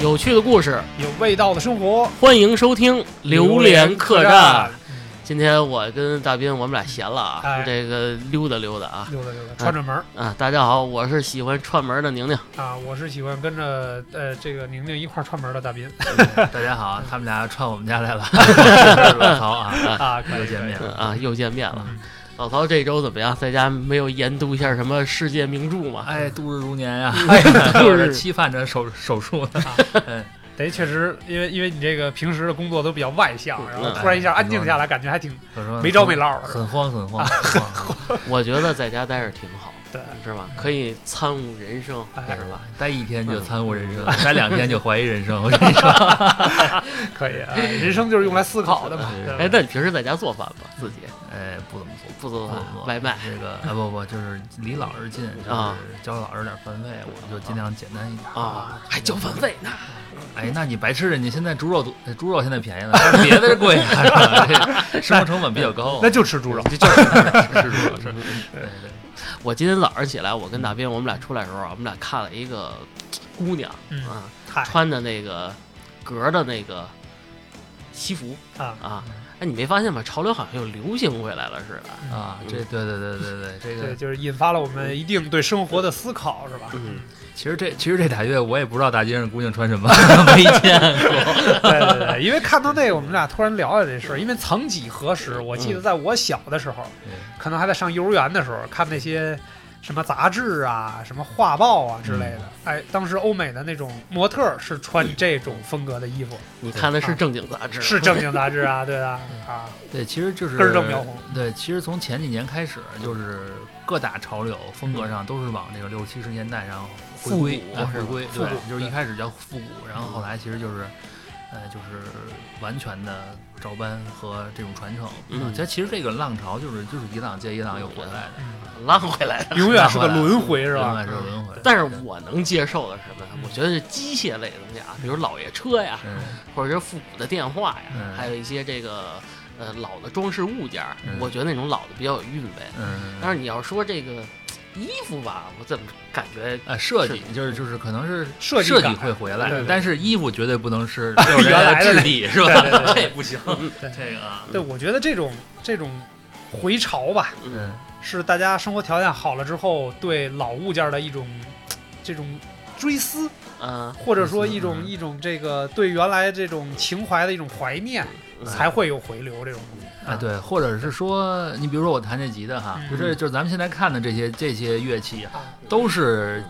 有趣的故事，有味道的生活，欢迎收听《榴莲莲客栈栈》。，今天我跟大斌我们俩闲了啊，哎这个溜达溜达啊溜达溜达，串串门儿啊！大家好，我是喜欢串门的宁宁。啊！我是喜欢跟着呃这个宁宁一块儿串门儿的大 斌大家好，他们俩串我们家来了，老曹啊，啊，可以又见面可以了嗯啊，又见面了嗯。老曹这周怎么样？在家没有研读一下什么世界名著吗？哎，度日如年呀、哎呀， 度我日这期盼着手手术呢，得确实，因为因为你这个平时的工作都比较外向，然后嗯突然一下安静下来，感觉还挺我说没着没，落的。很慌很慌，很 慌哎我觉得在家待着挺嗯好，对，是吧？可以参悟人生，嗯哎是吧？待一天就参悟人 生，待两天就怀疑人生，我跟你说，可以啊，人生就是用来思考的嘛。哎对吧哎，那你平时在家做饭吗？自己哎，不怎么做。不做不饭怎哦么，做外卖。这个啊不不就是离老师近，就是啊交老师点饭费，我就尽量简单一点哦啊，还交饭费呢？哎，那你白吃的，你现在猪肉多，猪肉现在便宜了，但是别的贵啊，是吧？这生活成本比较高。啊 那就吃猪肉，就就是吃猪肉，是对对。我今天早上起来，我跟大斌我们俩出来的时候啊，我们俩看了一个姑娘嗯啊，嗨穿的那个格的那个西服啊啊。哎，你没发现吗？潮流好像又流行回来了似的。啊，这对对对对对，这嗯对，个就是引发了我们一定对生活的思考，是吧？嗯，其实这其实这俩月我也不知道大街上姑娘穿 什么，没见过。 对对 对，因为看到那个，我们俩突然聊聊这事儿。因为曾几何时，我嗯记得在我小的时候，可能还在上幼儿园的时候，看那些什么杂志啊、什么画报啊之类嗯的。哎，当时欧美的那种模特儿是穿这种风格的衣 服，你看的是正经杂志，啊是正经杂志啊，对啊，嗯啊，对，其实就是根儿正苗红。对，其实从前几年开始，就是各大潮流风格上都是往这个六七十年代上回复归，古哎是回吧归，复对古，就是对嗯一开始叫复古，然后后来其实就是，呃，就是完全的照搬和这种传承。啊嗯其实其实这个浪潮就是就是一浪接一浪又回来的， 拉回来的。嗯永远是个轮回，是吧？永远是轮回。但是我能接受的是什么呀？嗯我觉得是机械类的东西啊，比如老爷车呀，嗯，或者是复古的电话呀，嗯还有一些这个呃老的装饰物件儿，嗯我觉得那种老的比较有韵味。嗯，但是你要说这个衣服吧，我怎么感觉呃，设计就是就是可能是设计设感计会回对来对，但是衣服绝对不 能是六十年原来代的质 地是吧？对对对这也不行，这个啊，对，我觉得这种这种回潮吧，嗯嗯，是大家生活条件好了之后对老物件儿的一种这种追思，嗯或者说一种嗯一种这个对原来这种情怀的一种怀念，嗯才会有回流这种东西。啊，对，或者是说，你比如说我弹这吉他哈，嗯就是就是咱们现在看的这些这些乐器，啊，都是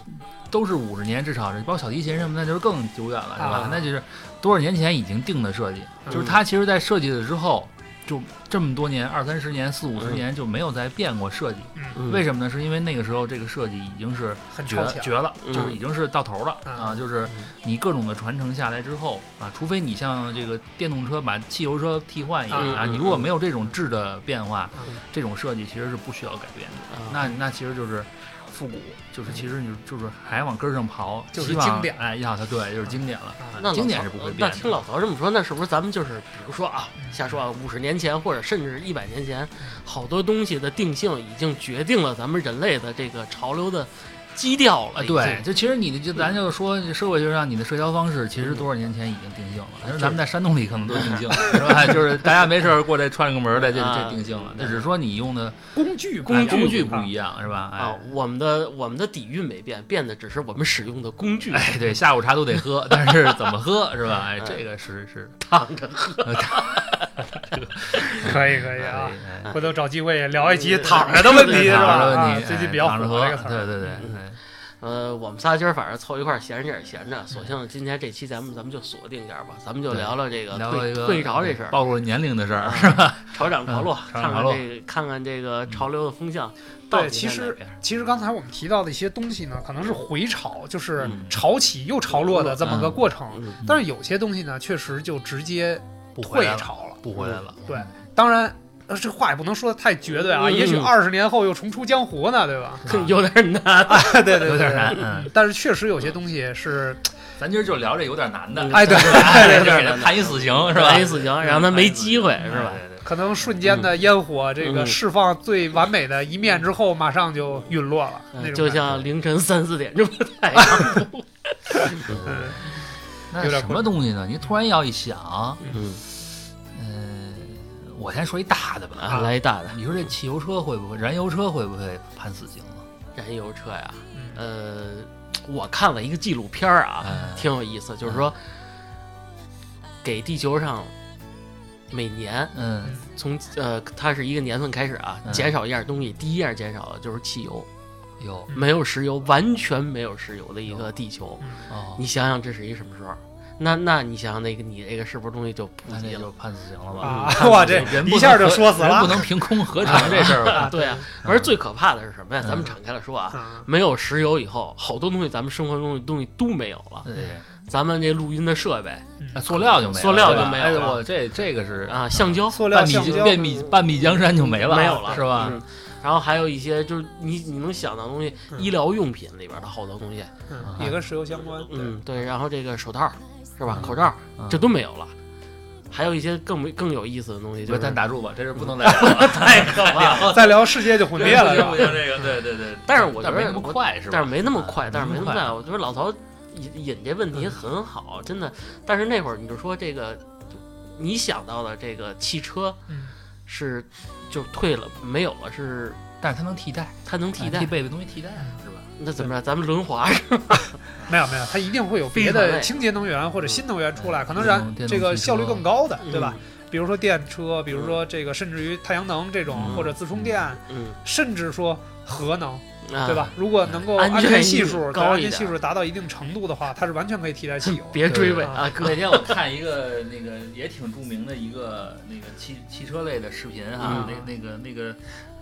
都是五十年至少，包括小提琴什么的，就是更久远了，是吧？啊那就是多少年前已经定的设计，就是嗯它其实在设计了之后，就这么多年，二三十年、四五十嗯年就没有再变过设计。嗯为什么呢？是因为那个时候这个设计已经是很绝超前。绝了，嗯就是已经是到头了、啊啊！就是你各种的传承下来之后啊，除非你像这个电动车把汽油车替换一样啊，嗯嗯你如果没有这种质的变化，嗯这种设计其实是不需要改变的。啊那那其实就是复古，就是其实你就是还往根儿上刨，就是希望经典哎，要它对，就是经典了。啊那老经典曹是不会那变的听老曹这么说，那是不是咱们就是比如说啊，瞎说啊，五十年前或者甚至一百年前，好多东西的定性已经决定了咱们人类的这个潮流的基调了。啊，已经对，，就其实你的就咱就说社会学上你的社交方式，其实多少年前已经定性了。但是咱们在山洞里可能都定性了，是吧？就是大家没事儿过来串个门儿来，这这定性了。那只是说你用的工具不一工样具不一样，是吧？啊哎，，我们的我们的底蕴没变，变的只是我们使用的工具，哎，对，下午茶都得喝，但是怎么喝是吧？哎，这个是是躺着喝。可以可以啊哎，，哎回头找机会聊一集嗯躺着的问题对是吧？躺着的啊问题，最近哎比较火躺着这个喝词，对儿。对对，哎呃，我们仨今儿反正凑一块儿闲着也是闲着，索性今天这期咱们咱们就锁定一下吧，咱们就对聊聊这个聊退一个退潮这事儿。暴露年龄的事儿啊是吧？潮涨潮落，嗯看潮看涨潮啊落这个看看这个潮流的风向。到底嗯对，其在哪实边其实刚才我们提到的一些东西呢，可能是回潮，就是嗯潮起又潮落的这么个过程。嗯但是有些东西呢，确实就直接 不回退来了，潮了。不回来了。对，当然，呃这话也不能说的太绝对啊，嗯也许嗯二十年后又重出江湖呢，对吧？这 有点难，对对对，有点对难。嗯，但是确实有些东西是，咱今儿就聊这有点难嗯的，哎，对，哎，有就点是难判一死刑是吧？判一死刑哎让他没机会嗯是吧？对对对可能瞬间的烟火，这个嗯释放最完美的一面之后，马上就陨落了，嗯那种嗯就感觉 像凌晨三四点钟的太阳。嗯那有点什困么东西呢？你突然要一想，嗯嗯，我先说一大的吧。啊，来一大的你说这汽油车会不会，燃油车会不会判死刑了？燃油车呀，嗯呃，我看了一个纪录片儿啊，哎嗯挺有意思，就是说嗯给地球上每年嗯从呃，它是一个年份开始啊，嗯减少一样东西，第一样减少的就是汽油，有没有石油，完全没有石油的一个地球，嗯哦，你想想这是一什么时候？那那你想想那个你这个是不是东西就普那及这了就？判死刑了吧？啊，嗯 哇，这人一不能下就和说死人了。不能凭空合成这事儿吧？对啊，嗯而最可怕的是什么呀？咱们敞开了说啊， 啊没有石油以后，好多东西咱们生活中的东西都没有了。对，咱们这录音的设备那哎塑料就没了，塑料就对吧没有了哎，我这这个是啊，橡胶塑料、半米橡胶、半米半米江山就没了，没有了，是吧？嗯然后还有一些就是你你能想到的东西，嗯医疗用品里边的好多东西，啊嗯也跟石油相关。对嗯，对，然后这个手套是吧嗯，口罩嗯这都没有了，还有一些更没更有意思的东西，就不是，是 哎咱打住吧，这是不能再 聊了，太可怕了，再聊世界就毁灭 了，是不吧？行，这个，对对对。但是我觉但得没那么快，是吧？嗯但是没那么快，但是没那么快快。我觉得老曹引引这问嗯题很好，真的。但是那会儿你就说这个，你想到的这个汽车嗯是就退了，没有了，是但是它能替代，嗯它能替啊替代。被被东西替代，是吧？那怎么着？咱们轮滑是吧没有没有，它一定会有别的清洁能源或者新能源出来，可能嗯燃电动这个汽车效率更高的，对吧？？嗯比如说电车，比如说这个甚至于太阳能这种，嗯或者自充电，甚至说核能，嗯，啊对吧？？如果能够安安全全系系数高一对安全点系数达到一定程度的话，它是完全可以替 代汽油。别追对尾啊啊，那哥！天我看一个那个也挺著名的一个那个汽汽车类的视频啊，嗯那那个那个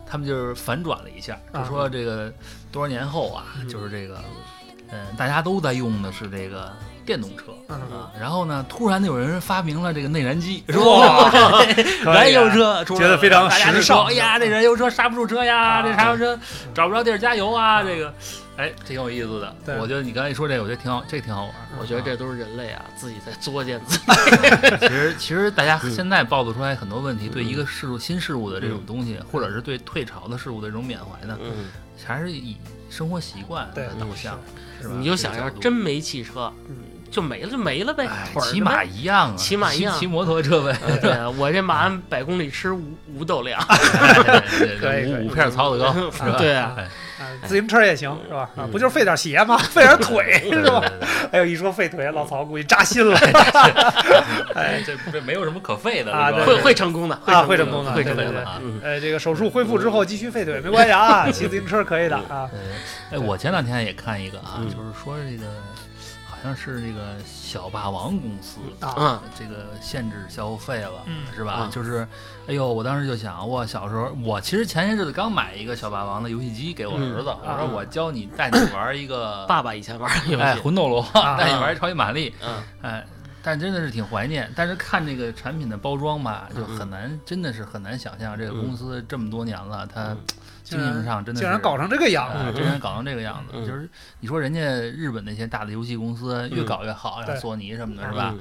他们就是反转了一下，啊就说这个多少年后啊，嗯就是这个，嗯、大家都在用的是这个电动车。嗯，啊，然后呢？突然有人发明了这个内燃机，是哇吧？ 燃油啊车出来觉得了非常大家就时说尚哎呀，这燃油车刹不住车呀，啊这刹油车找不着地儿加油啊，这个，哎，挺有意思的。对我觉得你刚才说这个，我觉得挺好，这挺好玩嗯儿。我觉得这都是人类啊，自己在作践自己。其实，其实大家嗯现在暴露出来很多问题，对嗯一个事物、新事物的这种东西，或者是对退潮的事物的这种缅怀呢，嗯，还是以生活习惯对的导向，是吧？ 你就想这要个角度真，没汽车，嗯就没了就没了呗嗯哎，腿儿骑呢马呗。一样啊，骑马一样骑骑摩托车呗，呃对啊，我这马鞍百公里吃五五斗粮，可以可对对对以五五片槽子高，是吧？对啊哎，啊自行车也行，是吧？啊嗯不就是费点鞋吗？ 费点腿对是吧？？对对对哎呦，一说废腿，老曹估计扎心了。哎，这这没有什么可废的啊是吧对会会成功的，啊会会成功的会对成功对啊的。嗯呃，这个手术恢复之后继续废腿没关系啊，骑自行车可以的啊。呃，哎，我前两天也看一个啊，嗯就是说这个好像是这个小霸王公司啊，嗯这个限制消费了，嗯是吧？嗯，就是，哎呦，我当时就想，我小时候，我其实前些日子刚买一个小霸王的游戏机给我儿子，嗯我说啊我教你带你玩一个爸爸以前玩的游哎，戏，魂斗罗，啊带你玩超级玛丽，嗯，哎。但真的是挺怀念，但是看这个产品的包装吧，就嗯很难，真的是很难想象这个嗯公司这么多年了，它嗯经营上真的竟是然搞成这个样子，啊，嗯真人搞成这个样子，嗯就是你说人家日本那些大的游戏公司越搞越好，像对嗯索尼什么的，是是吧吧？？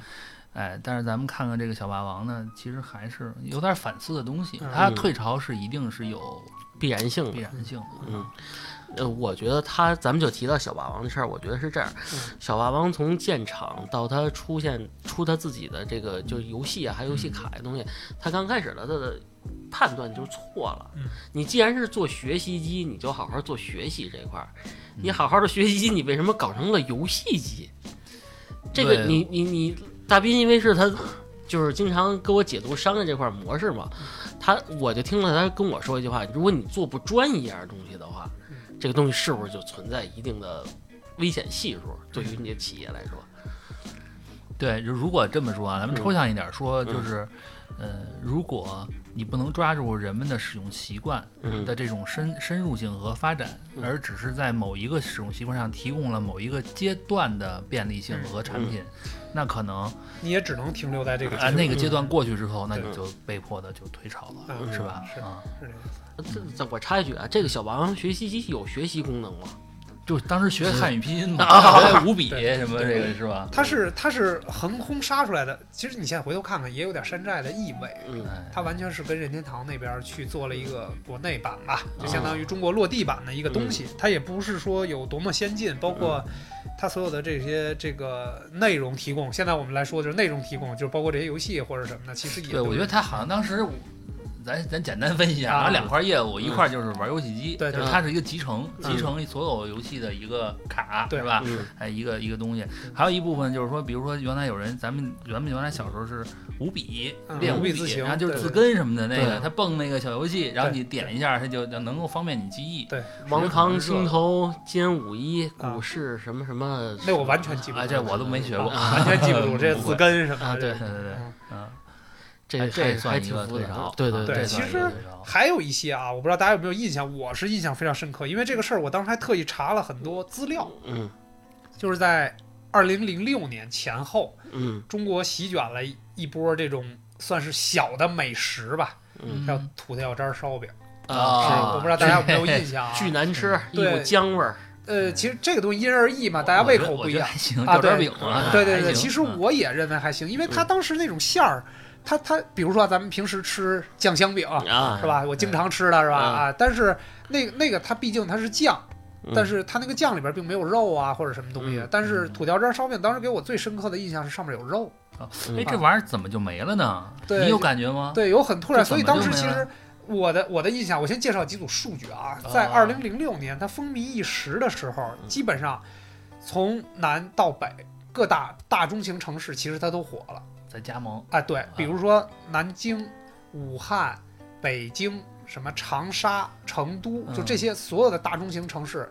哎，但是咱们看看这个小霸王呢，其实还是有点反思的东西嗯。它退潮是一定是有必然性必的。然性的。嗯，呃，我觉得他，咱们就提到小霸王的事儿，我觉得是这样嗯。小霸王从建厂到他出现出他自己的这个就游戏啊，还有游戏卡的东西，他刚开始的他的判断就错了嗯。你既然是做学习机，你就好好做学习这块儿。你嗯好好的学习机，你为什么搞成了游戏机？这个对你你你，大斌因为是他。就是经常给我解读商业这块模式嘛，他我就听了他跟我说一句话：如果你做不专一样东西的话，嗯这个东西是不是就存在一定的危险系数？对嗯于你的企业来说，对，就如果这么说啊，咱嗯们抽象一点说，就是，呃，如果你不能抓住人们的使用习惯嗯的这种深深入性和发展，嗯而只是在某一个使用习惯上提供了某一个阶段的便利嗯性和产品，那可能你也只能停留在这个啊，阶那个段阶段过去之后，那你对就被迫的就退潮了，嗯是吧？是啊，是这样这这我插一句啊，这个小霸王学习机有学习功能吗？就当时学汉语拼音啊嘛， 学五笔嗯对什么这个是吧？它是它是横空杀出来的。其实你现在回头看看，也有点山寨的意味。嗯哎它完全是跟任天堂那边去做了一个国内版吧，就相当于中国落地版的一个东西。它也不是说有多么先进，包括它所有的这些这个内容提供。现在我们来说就是内容提供，就是包括这些游戏或者什么的，其实也对，都我觉得他好像当时，咱咱简单分析一啊嗯下，然后两块业务，一块就是玩游戏机，对对就是它是一个集成，嗯集成所有游戏的一个卡，对是吧？嗯哎，一个一个东西，嗯还有一部分就是说，比如说原来有人，咱们原本原来小时候是五笔嗯练五笔笔字，形然后就是对字根什么的那对个，他蹦那个小游戏，然后对你点一下，它就能够方便你记忆。对王唐心头兼五一，股市什么什么，啊那啊我完全记不哎，住，啊这我都没学过，完全记不住这字根什么的。啊对对对对，嗯嗯，这哎还这也还算一挺个复退杂潮的，，对啊对对这其算一实个退潮还有一些啊，我不知道大家有没有印象，我是印象非常深刻，因为这个事儿我当时还特意查了很多资料，嗯就是在二零零六年前后，嗯中国席卷了一波这种算是小的美食吧，嗯叫土豆椒烧饼，啊我不知道大家有没有印 象啊？巨难吃，一股对姜味儿，呃，其实这个东西因人而异嘛，啊大家胃口不一样。我觉得我觉得还行，啊吊点对饼啊，对对还对，行其实嗯我也认为还行，因为它当时那种馅儿，它它比如说咱们平时吃酱香饼嗯啊是吧？我经常吃的是吧？嗯啊，但是那那个它毕竟它是酱。嗯但是它那个酱里边并没有肉啊，或者什么东西的嗯。但是土条汁儿烧饼当时给我最深刻的印象是上面有肉，哎，这玩意儿怎么就没了呢？嗯对你有感觉吗？对，有很突然。啊这怎所以么当时其就没实了我的我的印象，我先介绍几组数据啊，在啊二零零六年它风靡一时的时候，嗯基本上从南到北各大大中型城市其实它都火了。在加盟，哎，对，比如说南京、武汉、北京、什么长沙、成都，就嗯这些所有的大中型城市，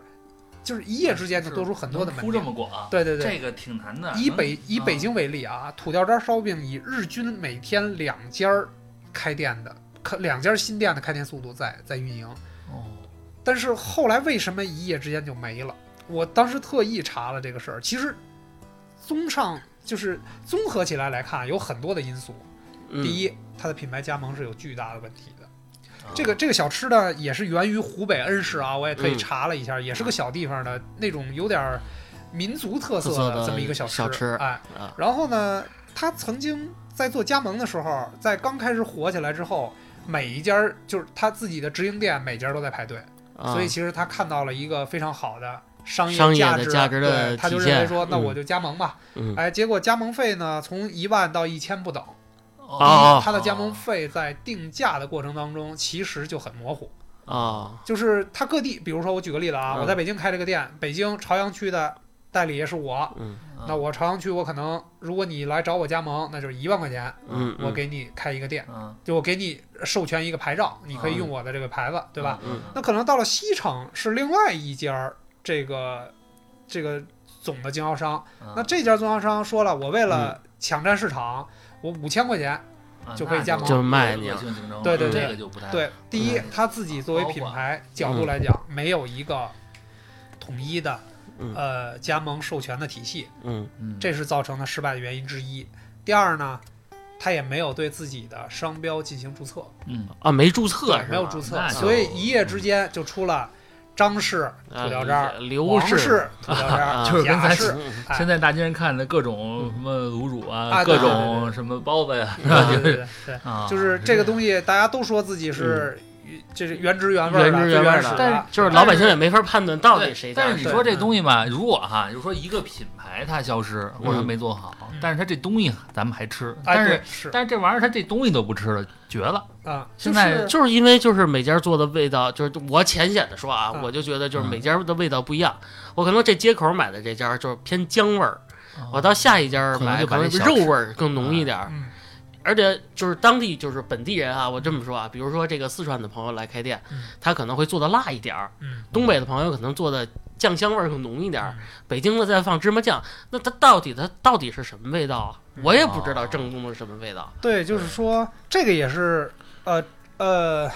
就是一夜之间就多出很多的能门铺这店。么广，对对对，这个挺难的。以能北以啊北京为例啊，土掉渣烧饼以日均每天两家儿开店的，开两家儿新店的开店速度在在运营，哦，但是后来为什么一夜之间就没了？我当时特意查了这个事儿，其实综上就是综合起来来看，啊有很多的因素。嗯第一，它的品牌加盟是有巨大的问题的。啊这个这个小吃呢，也是源于湖北恩施啊，我也特意嗯查了一下，也是个小地方的那种有点儿民族特色特色的这么一个小小吃哎，啊然后呢，他曾经在做加盟的时候，在刚开始火起来之后，每一家儿就是他自己的直营店，每家儿都在排队，啊所以其实他看到了一个非常好的商商业价的值，价值的对，他就体现认为说，那嗯我就加盟吧。嗯哎，结果加盟费呢，从一万到一千不等。哦哦他的加盟费在定价的过程当中，其实就很模糊。啊就是他各地，比如说我举个例子啊，嗯我在北京开了个店，北京朝阳区的代理是我，嗯那我朝阳区，我可能如果你来找我加盟，那就是一万块钱，嗯我给你开一个店，嗯就我给你授权一个牌照，你可以用我的这个牌子，对吧？嗯那可能到了西城是另外一家儿这个这个总的经销商，啊嗯那这家经销商说了，我为了嗯抢占市场，我五千块钱，啊就可以那加盟就卖你恶性竞争了对对对啊这个就不太对，第一嗯，他自己作为品牌角度来讲，没有一个统一的嗯呃加盟授权的体系，嗯嗯这是造成的失败的原因之一。第二呢，他也没有对自己的商标进行注册，嗯啊没注册对是吧没有注册，那就所以一夜之间就出了张氏土掉渣啊儿、刘王氏氏土掉渣啊儿、就是跟贾咱 氏，哎现在大街上看的各种嗯什么卤煮啊，啊各对种什么包子呀，对对对对对，啊，就是这个东西，大家都说自己是这是原汁原味儿原的、汁最原味儿原始的，的。 就是老百姓也没法判断到底谁但家是你对说这东西吧，如果哈，就是说一个品牌它消失或者它没做好嗯，但是它这东西咱们还吃，哎，但对是是但是这玩意儿它这东西都不吃了，绝了。啊，现就在是就是因为就是每家做的味道，就是我浅显的说啊，嗯我就觉得就是每家的味道不一样。我可能这街口买的这家就是偏姜味儿，我到下一家哦可能买就可把这能小肉吃味儿更浓一点儿。嗯而且就是当地就是本地人啊，我这么说啊，比如说这个四川的朋友来开店嗯，他可能会做的辣一点儿；嗯，东北的朋友可能做的酱香味儿更浓一点儿嗯，北京的再放芝麻酱，那它到底它到底是什么味道啊？我也不知哦道正宗的是什么味道。对，就是说这个也是呃呃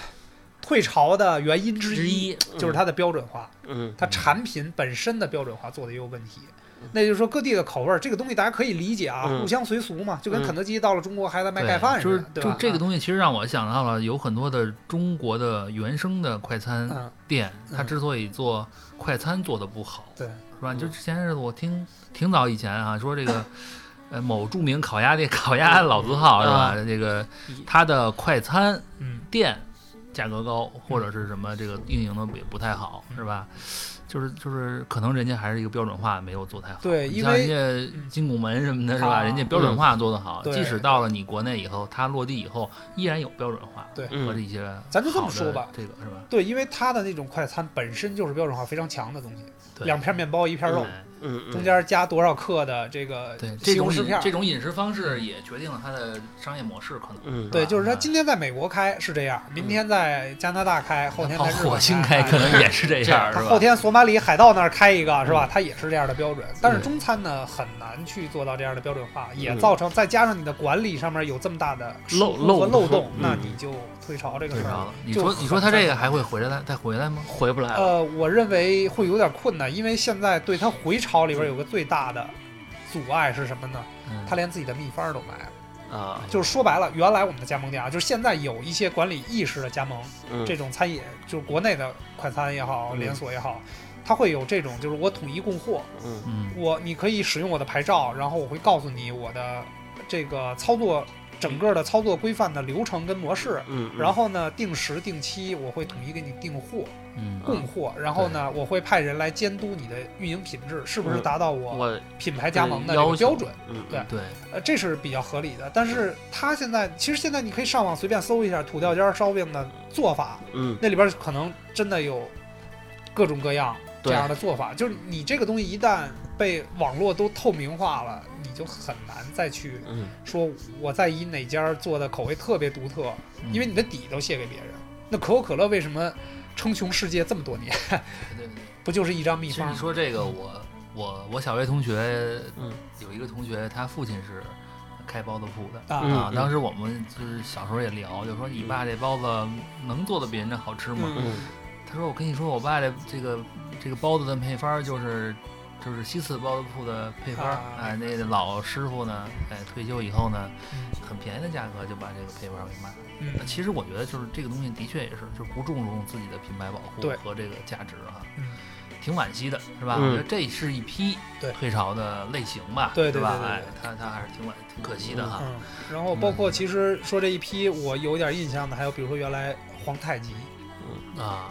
退潮的原因之之一就是它的标准化，嗯它产品本身的标准化做的也有问题。嗯那就是说各地的口味儿，这个东西大家可以理解啊，嗯互相随俗嘛，就跟嗯肯德基到了中国还在卖对盖饭就似是的，对就吧？嗯这个东西，其实让我想到了有很多的中国的原生的快餐嗯店，它嗯之所以做快餐做的不好，对，是吧？嗯就之前是我听挺早以前啊，说这个呃某著名烤鸭店烤鸭老字号是啊吧？这个它的快餐嗯店价格高，或者是什么这个运营的也不太好，嗯是吧？就是就是，可能人家还是一个标准化没有做太好。对你因像为嗯人家金拱门什么的，是吧？啊人家标准化做得好，对即使到了你国内以后，它落地以后依然有标准化，对嗯和这些嗯咱就这么好的说吧这个是吧？对，因为它的那种快餐本身就是标准化非常强的东西，对两片面包一片肉，哎嗯嗯中间加多少克的这个对这西红种柿饮片儿这种饮食方式也决定了它的商业模式，可能嗯对，就是它它今天在美国开是这样，明天在加拿大开，后天跑在日本嗯哦火星开开，可能也是这样，哎它是吧？后天索马里海盗那儿开一个是吧嗯？它也是这样的标准，但是对中餐呢很难去做到这样的标准化，也嗯造成再加上你的管理上面有这么大的漏疏忽和漏漏洞嗯，那你就退潮这个对事着儿了了。。你就说很你说他这个难还会回来再回来吗？回不来了。呃，我认为会有点困难，因为现在对它回潮里边有个最大的阻碍是什么呢？嗯它连自己的秘方儿都买了。啊，就是说白了，原来我们的加盟店啊，就是现在有一些管理意识的加盟，嗯这种餐饮，就是国内的快餐也好，嗯连锁也好，它会有这种，就是我统一供货，嗯嗯我你可以使用我的牌照，然后我会告诉你我的这个操作整个的操作规范的流程跟模式。嗯，然后呢，定时定期我会统一给你订货、啊嗯供货，然后呢，我会派人来监督你的运营品质是不是嗯达到嗯我我品牌加盟的要这个求标准。嗯对对呃，这是比较合理的。但是它现在其实现在你可以上网随便搜一下土掉尖儿烧饼的做法，嗯那里边儿可能真的有各种各样这对样的做法。就是你这个东西一旦被网络都透明化了，你就很难再去嗯说我再以哪家做的口味特别独特，嗯因为你的底都卸给别人。那可口可乐为什么称雄世界这么多年？ 对对对不就是一张秘其实方你吗？说这个，我我我小学同学嗯有一个同学，他父亲是开包子铺的。啊，嗯啊，当时我们就是小时候也聊，就说你爸这包子能做的比人家好吃吗？嗯嗯他说我跟你说，我爸这这个这个包子的配方儿就是就是西四包子铺的配方儿，啊哎，那个老师傅呢，哎，退休以后呢嗯，很便宜的价格就把这个配方儿给卖了。嗯那其实我觉得就是这个东西的确也是，就是不注重自己的品牌保护对和这个价值啊，嗯挺惋惜的，是吧？嗯我觉得这是一批对退潮的类型吧，对是对吧？对对哎对，他他还是挺惋挺可惜的哈。嗯，然后包括其实说这一批我有点印象的，还有比如说原来皇太极嗯啊，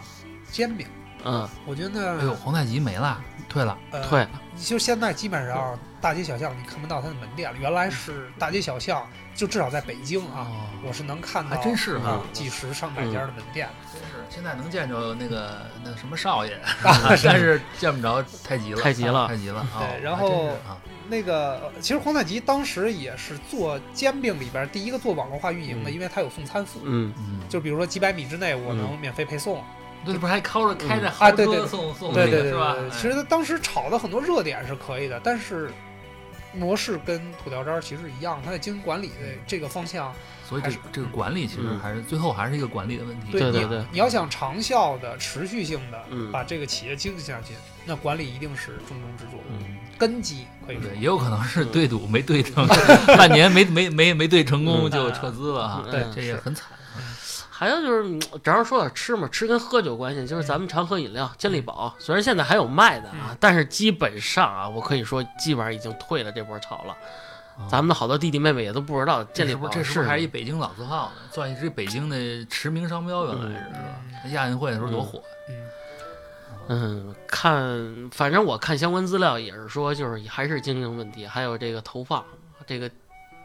煎饼，嗯，我觉哎呦，得皇太极没了，退了，呃，退，就现在基本上大街小巷你看不到它的门店了，原来嗯是大街小巷，就至少在北京啊，哦我是能看到，还真是哈啊，几十上百家的门店，真是现在能见着那个那什么少 爷， 啊是但嗯是见不着太极了，太极了太极了。对哦然还真后是啊，那个呃其实皇太极当时也是做煎饼里边第一个做网络化运营的，嗯因为它有送餐服务。嗯嗯，就比如说几百米之内，我能免费配送。对，不是还靠着开着嗯豪啊对对车对送送对那对个对是吧对，？其哎实它当时炒的很多热点是可以的，但是模式跟土掉渣儿其实一样，它的经营管理的这个方向所以这还是这个管理其实嗯还是最后还是一个管理的问题。对你对对你要想长效的、持续性的嗯把这个企业经营下去，那管理一定是重中之重，嗯根基可以说对，。也有可能是对赌没 对成，半年没没没没对成功嗯就撤资了啊，对这也很惨。还有就是，嗯正好说点吃嘛，吃跟喝酒有关系，就是咱们常喝饮料，健力宝，虽然现在还有卖的啊，但是基本上啊，我可以说基本上已经退了这波潮了。咱们的好多弟弟妹妹也都不知道健力是不宝是这是是不是还是一北京老字号呢？算一支北京的驰名商标，原来是是吧？那亚运会的时候多火，嗯，嗯，看，反正我看相关资料也是说，就是还是经营问题，还有这个投放这个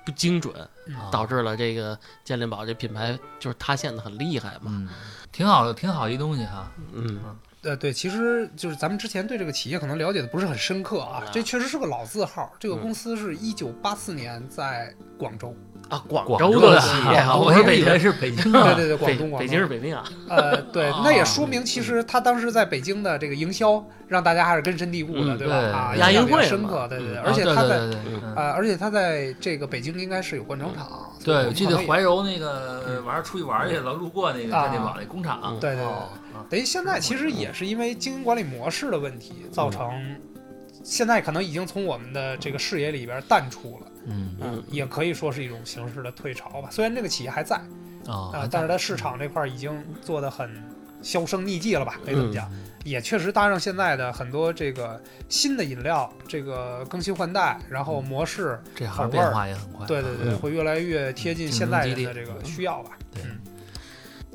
不精准，啊导致了这个健力宝这品牌就是塌陷的很厉害嘛。嗯，挺好的，挺好一东西哈。嗯呃，对，其实就是咱们之前对这个企业可能了解的不是很深刻啊嗯，这确实是个老字号。这个公司是一九八四年在广 州，啊，广广州的的企业啊，我说以北为京，是北京对啊。对对，广北东广北东京是北京啊，嗯呃，对哦，那也说明其实他当时在北京的这个营销，让大家还是根深蒂固的，嗯对吧？对啊，亚印象运会比较深嘛刻，对对对，嗯而且啊他对在对对对呃，而且他在这个北京应该是有灌嗯肠厂，所以对，我我们记可得能也怀柔那个玩儿出去玩儿去了，路过那个啊健力宝那工厂嗯。对对对哦，啊嗯等于现在其实也是因为经营管理模式的问题，造成现在可能已经从我们的这个视野里边淡出了，嗯嗯也可以说是一种形式的退潮吧。虽然这个企业还在啊、哦啊，但是它市场这块儿已经做得很销声匿迹了嗯吧，可以这么讲。也确实搭上现在的很多这个新的饮料，这个更新换代，然后模式，这口行味变儿化也很快。对对对，嗯会越来越贴近竞现争代激人烈的这个需要吧。对嗯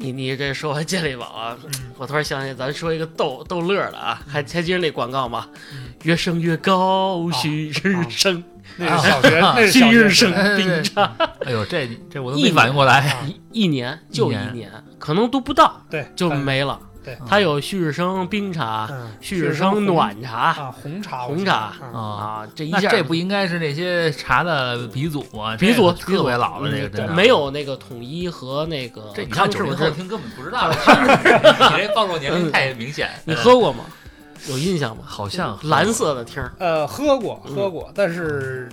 你你这说完健力宝啊，嗯，我突然想起咱说一个逗逗乐儿的啊，还还记得那广告吗嗯？越升越高，旭日升，那是小 学，那是旭小日学升时代。哎对并唱，哎呦，这这我都一没反应过来。啊一一年就一一年，可能都不到对，就嗯没了。对它有旭日升冰茶、嗯，旭日升暖茶啊，红茶，红我记得茶嗯啊。啊，这一那下这不应该是那些茶的鼻祖啊？鼻祖这个特别老了，这个真的没。有那个统一和那个这你看康九师零傅后这，听根本不知道，你这暴露年龄太明显。你喝过吗？哎有印象吗？好像喝过蓝色的听儿，呃，喝过，嗯喝过，但是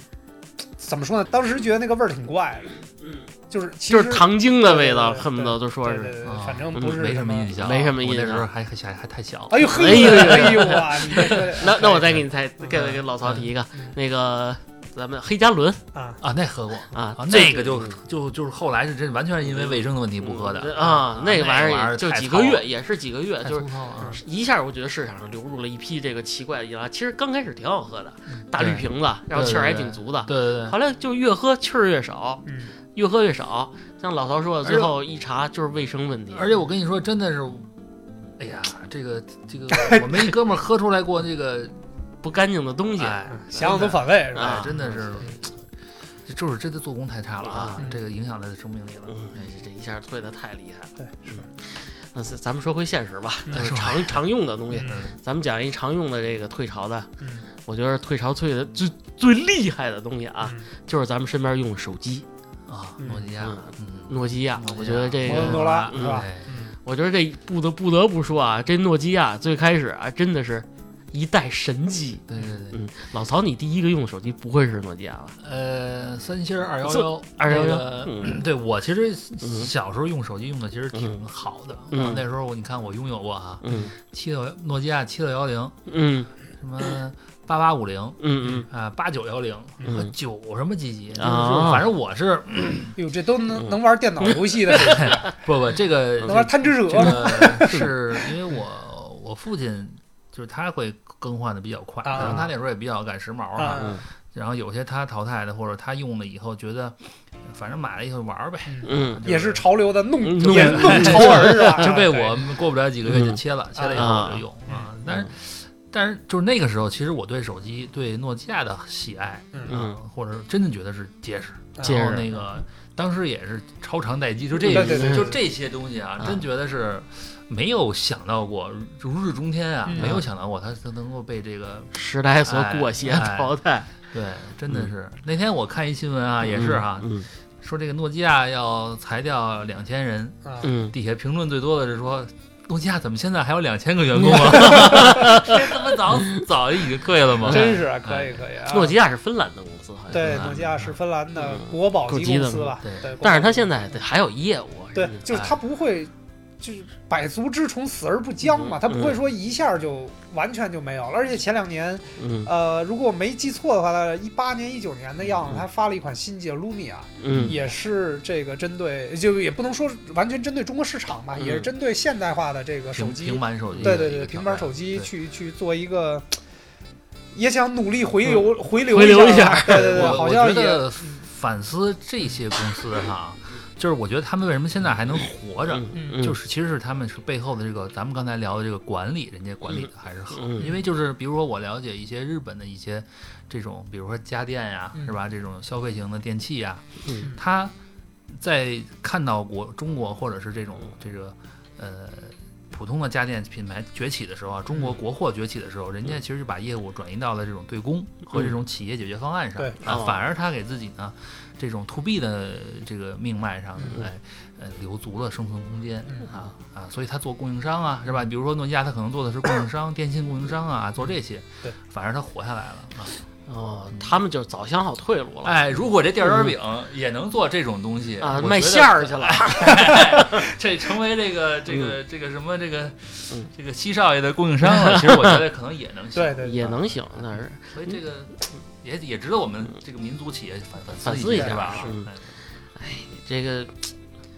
怎么说呢？当时觉得那个味儿挺怪的，嗯，就是其就实是糖精的味道，对对对恨不得都说对是对对啊，反正嗯不是没什么印。象，没什么印象我那时候还还还还太小。哎呦呵，哎哎呦呦哎啊！你这 个那那我再给你再嗯给给老曹提一个嗯，那个咱们黑加仑啊，啊，那喝过啊啊，，这那个就就就是后来是真完全是因为卫生的问题不喝的啊，那那个玩意儿玩意也儿就太几糙个了月，也是几个月，太就是粗糙了啊一下我觉得市场上流入了一批这个奇怪的饮料，其实刚开始挺好喝的，大绿嗯对瓶子，然后气儿还挺足的，对对后来就越喝气儿越少，嗯，越喝越少。像老曹说的，而且最后一查就是卫生问题对，。而且我跟你说，真的是，哎呀，这个这个，我们一哥们儿喝出来过这 个，不干净的东西，哎，想想都反胃是吧？啊哎，真的是，就是真的做工太差了啊嗯，这个影响他的生命力了。哎嗯，这这一下退的太厉害了。对，是。那咱咱们说回现实吧，嗯就是常常用的东西，嗯咱们讲一常用的这个退潮的，嗯我觉得退潮退的最最厉害的东西啊，嗯就是咱们身边用的手机，啊，嗯诺基亚嗯，嗯，诺基亚诺基。亚我觉得这摩托个，罗拉嗯是吧？哎嗯我觉得这不得不得不说啊，这诺基亚最开始啊，真的是一代神机。对对对，嗯，老曹，你第一个用的手机不会是诺基亚吧？呃，三星二幺幺这211幺，嗯对我其实嗯小时候用手机用的其实挺好的，啊嗯我那时候我你看我拥有过啊，嗯七六诺基亚七六幺零，嗯什么八八五零。嗯嗯啊，八九幺零嗯和九什么几级，就是啊反正我是哟，哎这都嗯能能玩电脑游戏的， 不不这个能玩贪吃这蛇吗？个 是因为我我父亲就是他会更换的比较快，啊然后他那时候也比较赶时髦啊啊，嗯然后有些他淘汰的或者他用了以后觉得，反正买了以后玩儿呗，嗯也是潮流的弄嗯也弄弄潮 儿是吧？就被对我过不了几个月就切了，切了以后我嗯啊就用啊。但是，但是就是那个时候，其实我对手机、对诺基亚的喜爱，嗯嗯啊，或者是真的觉得是结实。啊结然后实那个当时也是超长待机，就这对对对就对这些东西啊啊，真觉得是没有想到过如日中天啊嗯，没有想到过它它能够被这个时代所裹挟哎淘汰，对，真的是那天我看一新闻啊，也是哈，嗯说这个诺基亚要裁掉两千人，啊嗯，底下评论最多的是说，诺基亚怎么现在还有两千个员工啊？ 这他妈早早就已经退了吗？真是啊可以可以啊！嗯诺基亚是芬兰的公司，好像。对，嗯诺基亚是芬兰的嗯国宝够级级公的司嘛吧？对对，但是它他现在得嗯哎还有业务，对吧，就是它不会，就是百足之虫，死而不僵嘛，嗯它不会说一下就完全就没有了。而且前两年，嗯呃，如果我没记错的话，大概一八年、一九年的样子，它发了一款新机 Lumia，嗯也是这个针对，就也不能说完全针对中国市场吧，嗯也是针对现代化的这个手平机平，板手机的对一个挑对对，战，平板手机对去去做一个。也想努力回流、回流嗯回流一下吧，对对对，我好我像觉也得反思这些公司哈，就是我觉得他们为什么现在还能活着，嗯，就是是其实是他们是背后的这个咱们刚才聊的这个管理，人家管理的还是好。嗯因为就是比如说我了解一些日本的一些这种，比如说家电呀、嗯是吧？这种消费型的电器呀、嗯它在看到国中国或者是这种这个呃。普通的家电品牌崛起的时候啊，中国嗯国货崛起的时候，人家其实就把业务转移到了这种对公和嗯这种企业解决方案上、对啊哦，反而他给自己呢这种 to B 的这个命脉上，嗯哎，呃，留足了生存空间嗯啊啊，所以他做供应商啊，是吧？ 比如说诺基亚，他可能做的是供应商、电信供应商啊，做这些对，反而他活下来了啊。哦，他们就早想好退路了。哎，如果这吊卷饼也能做这种东西嗯啊，卖馅，儿去了，哎我觉得这成为这个这个这个什么这个嗯这个七少爷的供应商了。其实我觉得可能也能行，对对，对也，能行，那是。所以这个也也值得我们这个民族企业反反思思一下，下是吧哎是？这个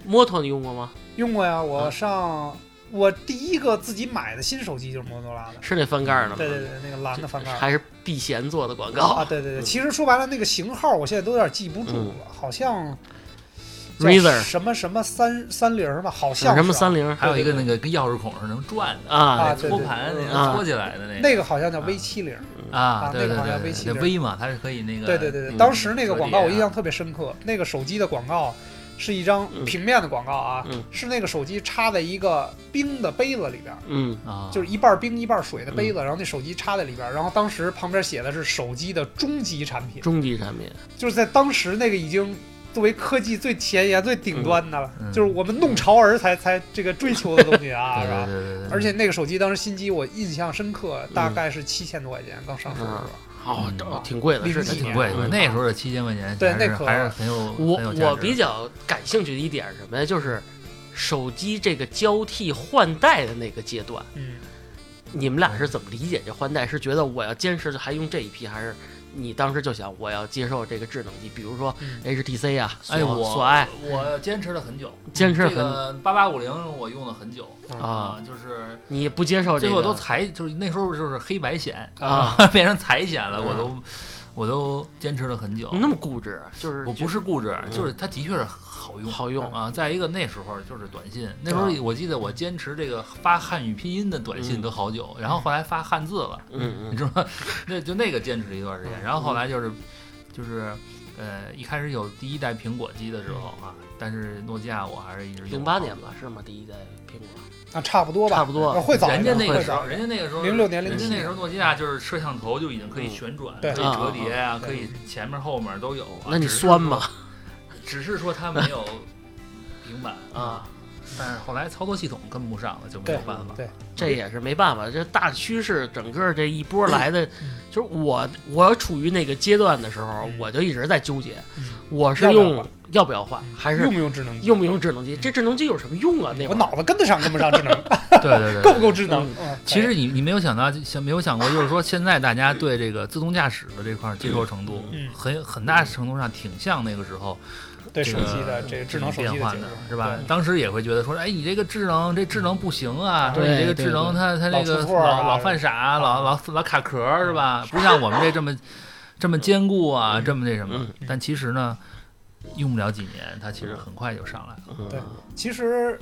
摩托你用过吗？用过呀，我啊上我第一个自己买的新手机就是摩托罗拉的，是那翻盖儿的吗？对对对，那个蓝的翻盖儿。还是避嫌做的广啊，告对对对，嗯其实说白了，那个型号我现在都有点记不住了，好像叫 Razer 什么什么三三零吧，好像什么是啊三菱还有一个那个跟钥匙孔是能转的，啊啊，对哎托盘那啊个托起来的那个那个好像叫啊 V 七零，啊，对那个对好像对， V70 对那 V 嘛，它是可以那个对对对对，嗯当时那个广告折叠啊我印象特别深刻，那个手机的广告是一张嗯平面的广告啊嗯，是那个手机插在一个冰的杯子里边。嗯，啊，就是一半冰一半水的嗯杯子，然后那手机插在里边，然后当时旁边写的是手机的终极产品，中级产品，就是在当时那个已经作为科技最前沿、最顶端的了，嗯就是我们弄潮儿才才这个追求的东西啊， 对是对吧？对对嗯对，而且那个手机当时新机我印象深刻，大概是七千多块钱刚上市的时候，哦嗯，这挺贵的，是零几挺挺年啊贵嗯的，那时候的七千块钱对还是那可还是很有我很有价值我比较感兴趣的一点是什么呀？就是手机这个交替换代的那个阶段，嗯，你们俩是怎么理解这换代？是觉得我要坚持还用这一批，还是你当时就想我要接受这个智能机？比如说嗯 HTC 啊，索哎我索爱，我坚持了很久，坚持这很个八八五零我用了很久啊，，就是你不接受这最后都个裁，就是那时候就是黑白险 啊，变成裁险了，嗯我都我都坚持了很久。那么固执，就是我不是固执，嗯就是它的确是好用，好用啊。再一个那时候就是短信，那时候啊我记得我坚持这个发汉语拼音的短信嗯都好久，然后后来发汉字了，嗯嗯你知道吗？那就那个坚持了一段时嗯间，然后后来就是就是呃，一开始有第一代苹果机的时候啊，嗯但是诺基亚我还是一直用零八年吧，是吗？第一代苹果，啊，差不多吧，差不多会早一人家点，那个会时早候，一点人家那个时候， 06年人家07那时候诺基亚就是摄像头就已经可以旋转，对可以啊折叠啊，啊可以前面后面都有、啊。那你酸吗？只是说？只是说 它没有平板啊，但是后来操作系统跟不上了，就没有办法。对，这也是没办法，这大趋势整个这一波来的，就是我我处于那个阶段的时候，嗯我就一直在纠结，嗯我是要不要用换要不要换，还是用不用智能机？用不用智能机？这智能机有什么用啊？那会我儿脑子跟得上跟不上智能， 对对对 够不够智能？嗯其实你你没有想到，想没有想过，就是说现在大家对这个自动驾驶的这块接受程度，嗯很很大程度上挺像那个时候对这手个机的这个智能手机变的换结的果，是吧对？当时也会觉得说，哎，你这个智能这智能不行啊，说对你这个智能它它老嗯这个出错啊老老犯傻，老老老卡壳是吧？不像我们这这么这么坚固啊，这么那什么嗯。但其实呢，用不了几年，它其实很快就上来了。嗯对其实，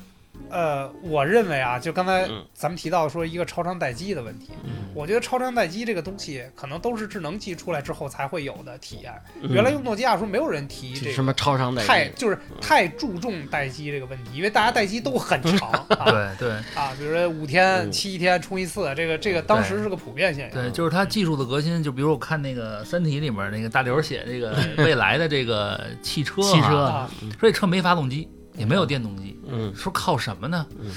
呃，我认为啊，就刚才嗯咱们提到说一个超长待机的问题，嗯我觉得超长待机这个东西可能都是智能机出来之后才会有的体验。嗯原来用诺基亚的时候，没有人提这这什个。么超长待太机，就是太注重待机这个问题，因为大家待机都很长啊对对啊，比如说五天、嗯七天充一次，这个这个当时是个普遍现象。对，就是它技术的革新，就比如我看那个《三体》里面那个大刘写 这个未来的这个汽车啊，汽车啊，说这车没发动机，也没有电动机，嗯说靠什么呢嗯？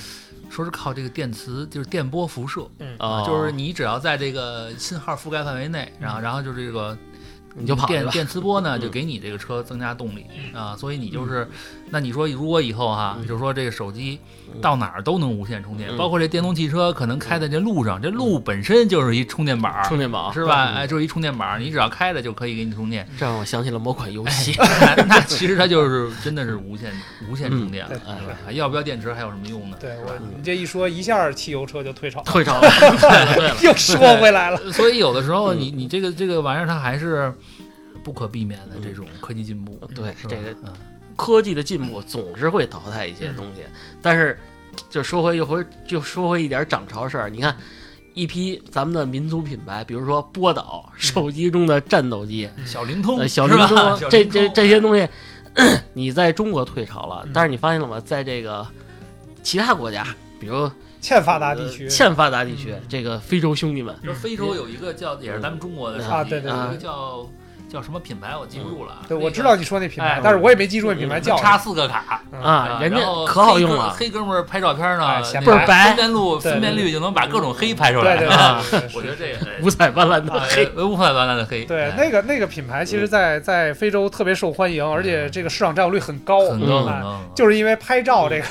说是靠这个电磁，就是电波辐射，啊，就是你只要在这个信号覆盖范围内，然后然后就这个嗯你就跑去电吧，电磁波呢，嗯就给你这个车增加动力嗯啊，所以你就是，那你说如果以后哈，嗯就是说这个手机嗯到哪儿都能无线充电，嗯包括这电动汽车可能开在这路上，这路本身就是一充电板儿，充电宝是吧？嗯哎，就是一充电板儿，你只要开了就可以给你充电。这让我想起了某款游戏，那那其实它就是真的是无线无线充电了，嗯哎还要不要电池还有什么用呢？对是吧我你这一说，一下汽油车就退 潮了，退 潮了，对了，又说回来了。所以有的时候你嗯你这个这个玩意儿它还是不可避免的这种科技进步。对是吧这个嗯科技的进步总是会淘汰一些东西，但是就说回一回，就说回一点涨潮事儿。你看，一批咱们的民族品牌，比如说波导嗯手机中的战斗机、小灵通呃、 小是灵吧通，小这灵这通这些东 西，你在中国退潮了嗯，但是你发现了吗？在这个其他国家，比如欠发达地呃区， 欠发达地区嗯，这个非洲兄弟们，就是非洲有一个叫，也是咱们中国的手机啊对对嗯对嗯有一个叫叫什么品牌我记不住了啊。对，那我个知道你说那品哎嗯牌，但是我也没记住那品牌能叫什么。插四个卡，嗯啊，人家然后可好用黑哥了，黑哥们儿拍照片哎呢，显摆那分辨率对分辨率就能把各种黑拍出来对对啊。 对，我觉得这这个五彩斑斓 的啊黑，呃乌克兰的黑，对哎那个那个品牌，其实在在非洲特别受欢迎，而且这个市场占有率很高，嗯很高嗯很哎高，就是因为拍照这个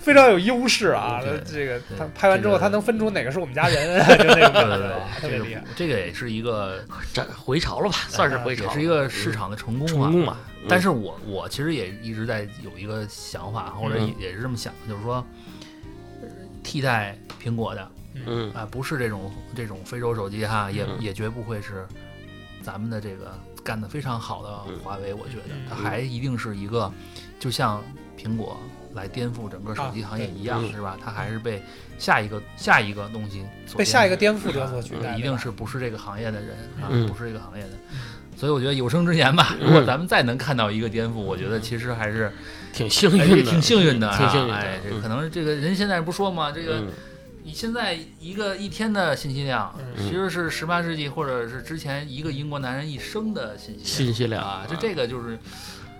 非常有优势啊嗯对。这个对他拍完之后，这个他能分出哪个是我们家 人，就那种感嗯对对觉对，，特别厉这害个。这个也是一个这回潮了吧，算啊是回也潮，是一嗯个市场的成功成吧。功吧。但是是我我其实也一直在有一个想法，或者嗯也是这么想，就是说，呃替代苹果的嗯，啊，不是这种这种非洲手机哈，也嗯也绝不会是咱们的这个干得非常好的华为，我觉得嗯它还一定是一个，就像苹果来颠覆整个手机行业一样，嗯是吧？它还是被下一个下一个东西所被下一个颠颠覆者所取代，嗯一定是不是这个行业的人啊，嗯不是这个行业的。所以我觉得有生之年吧，如果咱们再能看到一个颠覆，我觉得其实还是挺嗯幸哎运的，挺幸运的啊，挺幸运的哎，这嗯可能是这个人现在不说嘛，这个嗯你现在一个一天的信息量，嗯其实是十八世纪或者是之前一个英国男人一生的信息信息量量啊，就这个就是，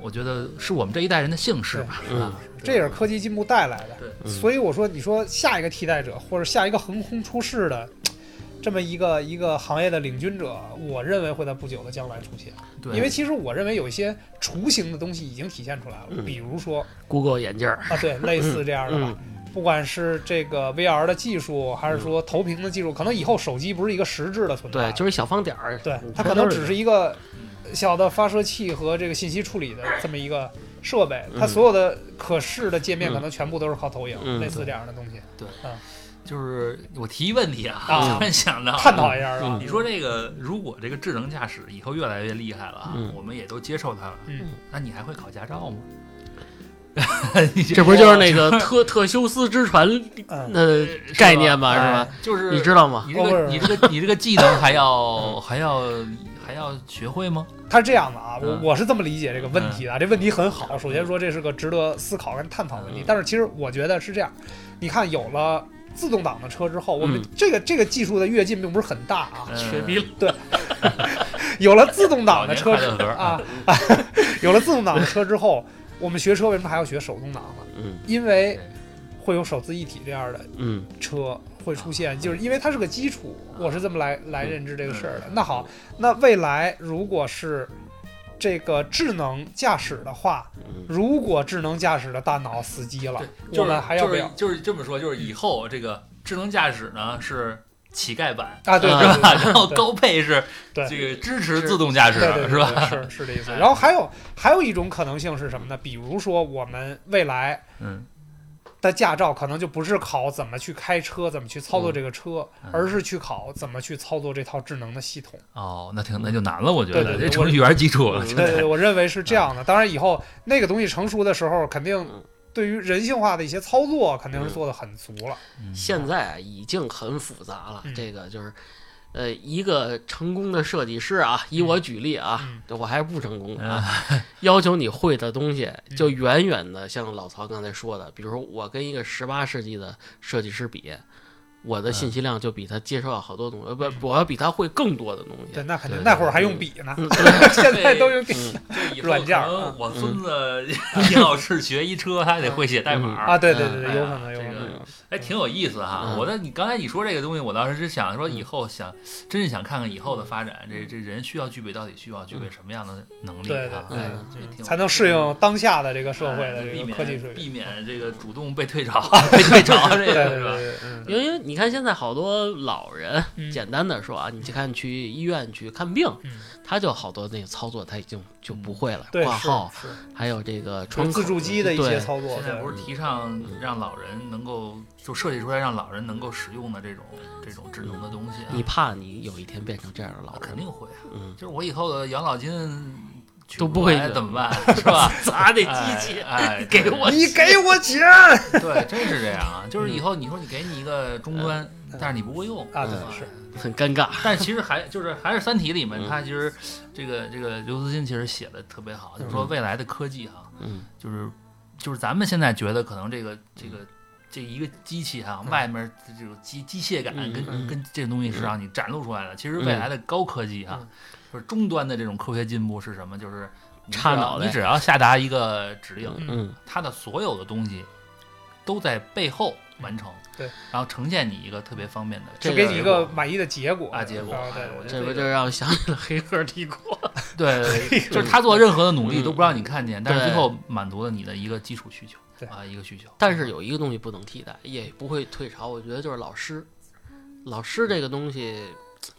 我觉得是我们这一代人的幸事吧，嗯啊，这也是科技进步带来的。嗯所以我说，你说下一个替代者或者下一个横空出世的这么一个一个行业的领军者，我认为会在不久的将来出现。嗯对，因为其实我认为有一些雏形的东西已经体现出来了，嗯比如说 Google 眼镜儿，嗯 啊，对，类似这样的吧。不管是这个 VR 的技术，还是说投屏的技术，可能以后手机不是一个实质的存在对，了，就是小方点儿，对嗯它可能只是一个小的发射器和这个信息处理的这么一个设备，它嗯所有的可视的界嗯面可能全部都是靠投影，嗯类似这样的东西，就是我提一问题啊，啊突然想到探讨一下是吧嗯？你说这个，如果这个智能驾驶以后越来越厉害了啊，嗯我们也都接受它了，嗯，那你还会考驾照吗？你这不是 就是那个特特修斯之船嗯，的呃是吧概念吗？是哎吧？就是你知道吗？你这个你这个你这个技能还要还要还要学会吗？它是这样的啊，我嗯我是这么理解这个问题的啊，这问题很好，首先说这是个值得思考跟探讨的问题嗯，但是其实我觉得是这样，你看有了。自动挡的车之后，我们嗯这个这个技术的跃进并不是很大啊。嗯学逼了，有了自动挡老的年车快之乐盒，啊， 有了自动挡的车之后，我们学车为什么还要学手动挡呢？嗯因为会有手自一体这样的嗯车会出啊现，就是因为它是个基础，我是这么来来认知这个事儿的。那好，那未来如果是这个智能驾驶的话，嗯如果智能驾驶的大脑死机了，对，我就是们还要不要？就是就是这么说，就是以后这个智能驾驶呢是乞丐版。啊， 对，啊对是吧？对然后对高配是对这个支持自动驾驶对对，对是吧？？对是是这意思。然后还有还有一种可能性是什么呢？比如说我们未来嗯，的驾照可能就不是考怎么去开车、怎么去操作这个车，嗯而是去考怎么去操作这套智能的系统。哦，那挺那就难了，我觉对得对这对程序员基础了，嗯真对对的对，我认为是这样的。当然，以后那个东西成熟的时候，肯定嗯对于人性化的一些操作，肯定是做的很足了。嗯现在啊已经很复杂了嗯。这个就是，呃，一个成功的设计师啊，以我举例啊嗯，我还是不成功的啊， 要求你会的东西嗯就远远的像老曹刚才说的，比如说我跟一个十八世纪的设计师比。我的信息嗯量就比他接受到好多东西，呃不，我要比他会更多的东西对，。那肯定对对那会儿还用笔呢，嗯对 现在都用笔嗯就以后软件儿可能嗯我孙子 要是学一车，他还得会写代码嗯儿啊。对对对哎对，呀有可能有可这能。个哎，挺有意思哈！嗯我的你刚才你说这个东西，我当时是想说以后想，真是想看看以后的发展，这这人需要具备到底需要具备什么样的能力对对啊？对哎嗯这挺有才能适应当下的这个社会的哎避这个免科技水平。避免这个主动被退潮， 被退潮这对对个对是吧？对，嗯因为 你看现在好多老人，嗯简单的说啊，你去看去医院去看病嗯，他就好多那个操作他已经就不会了，对挂是号是还有这个窗口自助机的一些对操作现，在对不是提倡让老人能够就设计出来让老人能够使用的这种这种智能的东西啊？你怕你有一天变成这样的老啊人？肯定，会 啊！嗯，就是我以后的养老金取都不出会来有怎么办？ 是吧？ 砸那哎机器，哎，给对 我你给我钱对，真是这样啊！就是以后你说你给你一个终端，但是你不会用啊！嗯对，是。很尴尬。但是其实还就是还是《三体》里面，嗯他其实这个这个刘慈欣其实写的特别好，就是说未来的科技哈，嗯就是就是咱们现在觉得可能这个这个这一个机器哈，外面这种机机械感嗯跟嗯跟这个东西是让你展露出来的。其实未来的高科技哈嗯，就是终端的这种科学进步是什么？就是你插只要脑袋你只要下达一个指令，嗯，它的所有的东西都在背后完成，对，然后呈现你一个特别方便的这就个给你一个满意的结果啊结果啊对哎我对觉得这这不个就让我想起了《黑客帝国》对，就是他做任何的努力嗯都不让你看见，但是对最后满足了你的一个基础需求对啊，一个需求。但是有一个东西不能替代，也不会退潮，我觉得就是老师。老师这个东西，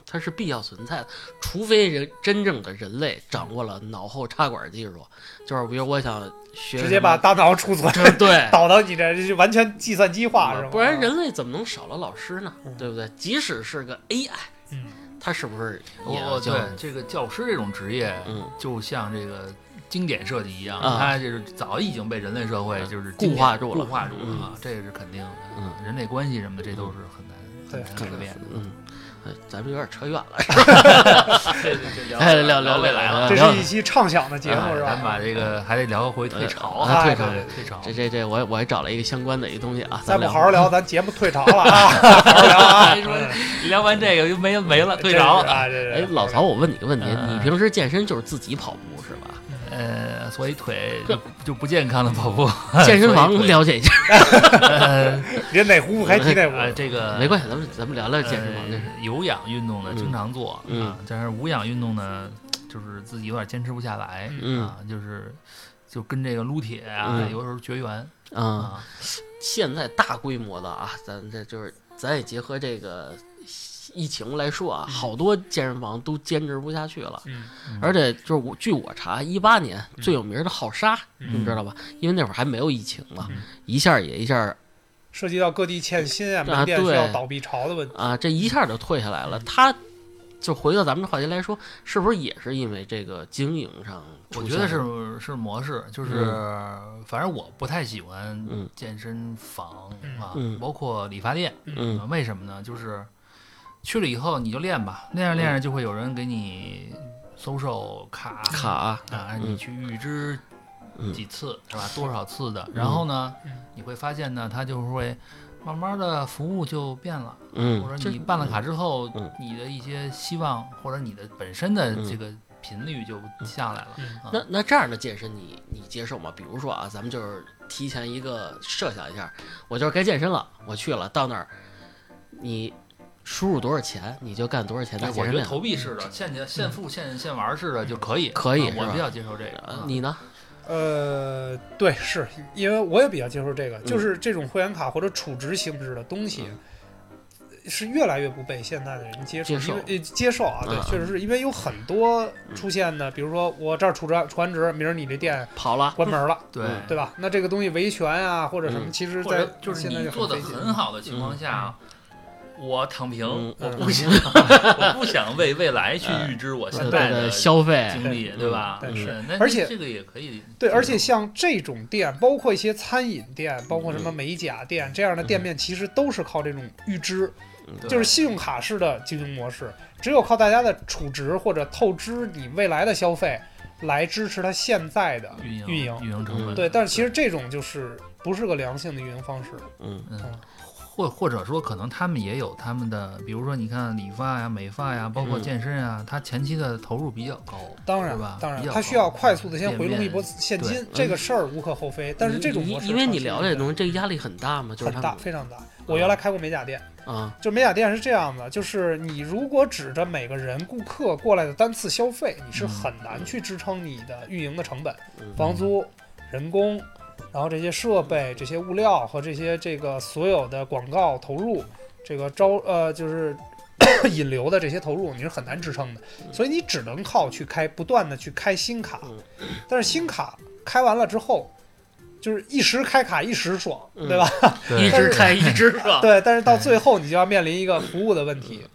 它是必要存在的，除非人真正的人类掌握了脑后插管技术，就是比如我想学直接把大脑 储存什么 对导到你这，就完全计算机化是吗？嗯不然人类怎么能少了老师呢啊嗯？对不对？即使是个 AI，嗯它是不是也我要教对？这个教师这种职业，嗯，就像这个经典设计一样，啊它就是早已经被人类社会就是固经典化住了固化住了啊，这个是肯定的。嗯人类关系什么的，这都是很难对很难改变的。嗯，呃咱们有点扯远了。这这聊哎聊聊未来了，这是一期畅想的节目哎是咱们把吧？这个还得聊回退潮啊退哎潮对退潮。这这这，我也我也找了一个相关的一个东西啊，再咱不们好好聊，咱节目退潮了啊！好好聊啊！ 说嗯聊完这个就没没了，退真潮是了。啊！这哎，老曹，，我问你个问题，嗯你平时健身就是自己跑步是 吧？呃，所以腿就就不健康的跑步，健身房所以腿了解一下，呃这人哪壶还提哪壶呃，这个没关系，咱们咱们聊聊健身房这事。呃，有氧运动呢嗯经常做嗯啊，但是无氧运动呢，就是自己有点坚持不下来嗯啊，就是就跟这个撸铁啊，嗯有时候绝缘嗯，啊，现在大规模的啊，咱这就是咱也结合这个疫情来说啊，好多健身房都坚持不下去了。嗯而且就是我据我查，一八年最有名的好杀，你们知道吧？因为那会儿还没有疫情嘛，嗯一下也一下涉及到各地欠薪啊、对门店需要倒闭潮的问题。啊，这一下就退下来嗯了。他就回到咱们这话题来说，是不是也是因为这个经营上出我现了？觉得是是模式，就是反正我不太喜欢嗯健身房嗯啊嗯，包括理发店，嗯啊为什么呢？就是去了以后你就练吧，练着练着就会有人给你收售卡卡，啊，嗯你去预支嗯几次是吧？多少次的？然后呢嗯，你会发现呢，它就是会慢慢的服务就变了，或嗯，者这你办了卡之后嗯，你的一些希望或者你的本身的这个频率就下来了嗯。啊那那这样的健身你你接受吗？比如说啊，咱们就是提前一个设想一下，我就是该健身了，我去了，到那儿你输入多少钱，你哎就干多少钱的对健哎我觉身得量。投币式的、现钱现付现现玩式的就可以，可以嗯啊我是吧比较接受这个。啊你呢？呃，对，是因为我也比较接受这个，嗯就是这种会员卡或者储值性质的东西。是越来越不被现在的人接受，接受因为呃接受啊，对嗯，确实是因为有很多出现的，比如说我这儿储值储完值，明儿你这店跑了，关门了，对嗯对吧？那这个东西维权啊，或者什么，嗯其实或在者就是现在你就做的费劲很好的情况下，我躺平，嗯哎嗯嗯我不 想，我不想为未来去预支我现对在对，的消费，经历，嗯对吧？对是嗯那而且这个也可以接受，对，而且像这种店，包括一些餐饮店，包括什嗯么美甲店这样的店面，其实都是靠这种预支，对就是信用卡式的经营模式。只有靠大家的储值或者透支你未来的消费，来支持它现在的运营运营运营成本，嗯对，但是其实这种就是不是个良性的运营方式。嗯嗯。或或者说，可能他们也有他们的，比如说，你看理发呀、美发呀，包括嗯健身啊，他前期的投入比较高，当然是吧，当然比，较它需高要快速的先店回笼一波面现对金，这个事儿无可厚非。但是这种嗯你模式因为长你期聊运这营东西，这个压力很大嘛，就是很他大，们嗯非常大。我原来开过美甲店。啊，就美甲店是这样的，就是你如果指着每个人顾客过来的单次消费，你是很难去支撑你的运营的成本，嗯房租、人工，然后这些设备、这些物料和这些这个所有的广告投入，这个招呃就是 引流的这些投入，你是很难支撑的，所以你只能靠去开不断的去开新卡嗯，但是新卡开完了之后，就是一时开卡一时爽，嗯对吧？一对直开一直爽，对，但是到最后你就要面临一个服务的问题。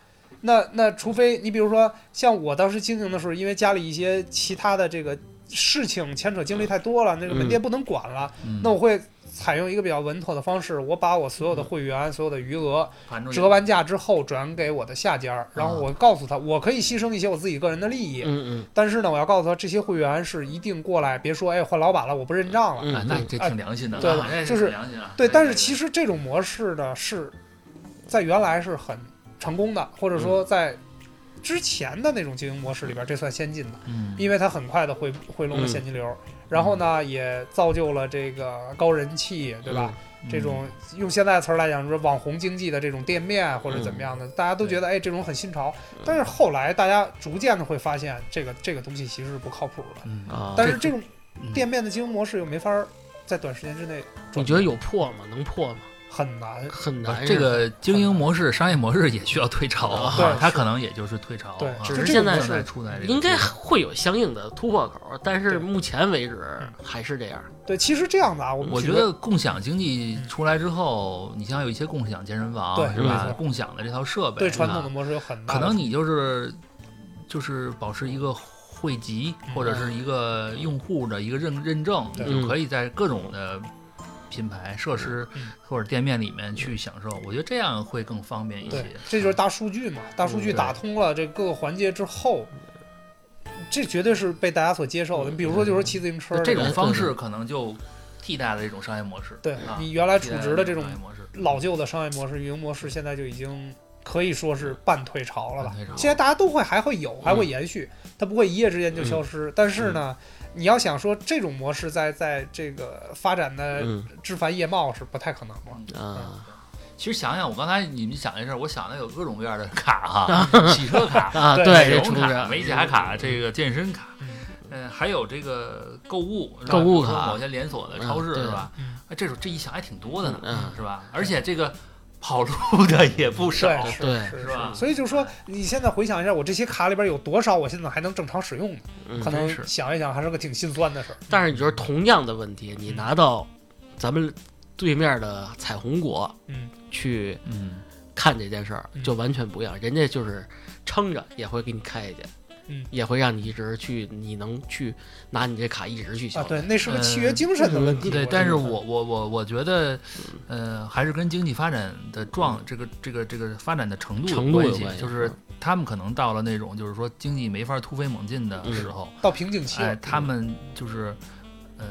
那那除非你比如说像我当时经营的时候，因为家里一些其他的这个事情牵扯精力太多了，那个门店不能管了，嗯那我会采用一个比较稳妥的方式，我把我所有的会员、所有的余额盘住你折完价之后转给我的下家儿，然后我告诉他，我可以牺牲一些我自己个人的利益，嗯但是呢，我要告诉他这些会员是一定过来，别说哎换老板了，我不认账了。嗯啊，那这挺良心的，哎对啊这就是挺良心啊。对，但是实。其实这种模式呢，是在原来是很成功的，或者说在之前的那种经营模式里边，这算先进的，嗯，因为它很快的回回笼了现金流，然后呢，也造就了这个高人气，对吧？嗯嗯这种用现在词儿来讲，就是网红经济的这种店面或者怎么样的，大家都觉得哎，这种很新潮。但是后来大家逐渐的会发现，这个这个东西其实是不靠谱的。嗯啊，但是这种嗯店面的经营模式又没法儿在短时间之内你觉得有破吗？能破吗？很难。很不是难。这个经营模式、商业模式也需要退潮啊对它是可能也就是退潮，对啊只是现在正是在处在这个应该阶段会有相应的突破口，但是对目前为止嗯还是这样。对，其实这样的啊，我们我举觉个得共享经济出来之后，你像有一些共享健身房，对是没吧错？共享的这套设备，对是传吧统的模式有很大可的能你就是就是保持一个汇集嗯或者是一个用户的一个认认证，对你就可以在各种的品牌设施嗯或者店面里面去享受。我觉得这样会更方便一对些。，这就是大数据嘛。大数据嗯打通了这各个环节之后，这绝对是被大家所接受的。比如说，就是骑自行车嗯就这个种方式可能就替代了这种商业模式，对啊你原来替处代了置的这种商业模式。嗯老旧的商业模式、运营模式，现在就已经可以说是半退潮了吧半退潮？嗯现在大家都会还会有，还会延续，它不会一夜之间就消失。但是呢，你要想说这种模式在在这个发展的嗯枝繁叶茂是不太可能了。啊，其实想想，我刚才你们想这事儿，我想的有各种各样的卡哈，洗车卡、 啊，对美这容充卡、值美甲卡、这个健身卡嗯，嗯，还有这个购物，是吧购物比如说卡某些连锁的超市嗯对是吧嗯？哎，这种这一想还挺多的嗯呢，是吧？而且这个跑路的也不少，对，是对是是吧所以就是说，你现在回想一下，我这些卡里边有多少，我现在还能正常使用呢？嗯可能真是想一想，还是个挺心酸的事儿。但是你说同样的问题，嗯你拿到咱们对面的彩虹国，嗯，去嗯，看这件事儿嗯就完全不一样，人家就是撑着也会给你开下去，嗯也会让你一直去，你能去拿你这卡一直去消啊，费。对，那是个契约精神的问题。嗯对，觉但是得我我我我觉得，呃，还是跟经济发展的状这个这个这个发展的程度程有度有系关，系嗯就是他们可能到了那种就是说经济没法突飞猛进的嗯时候，到瓶颈期了哎，，他们就是，呃，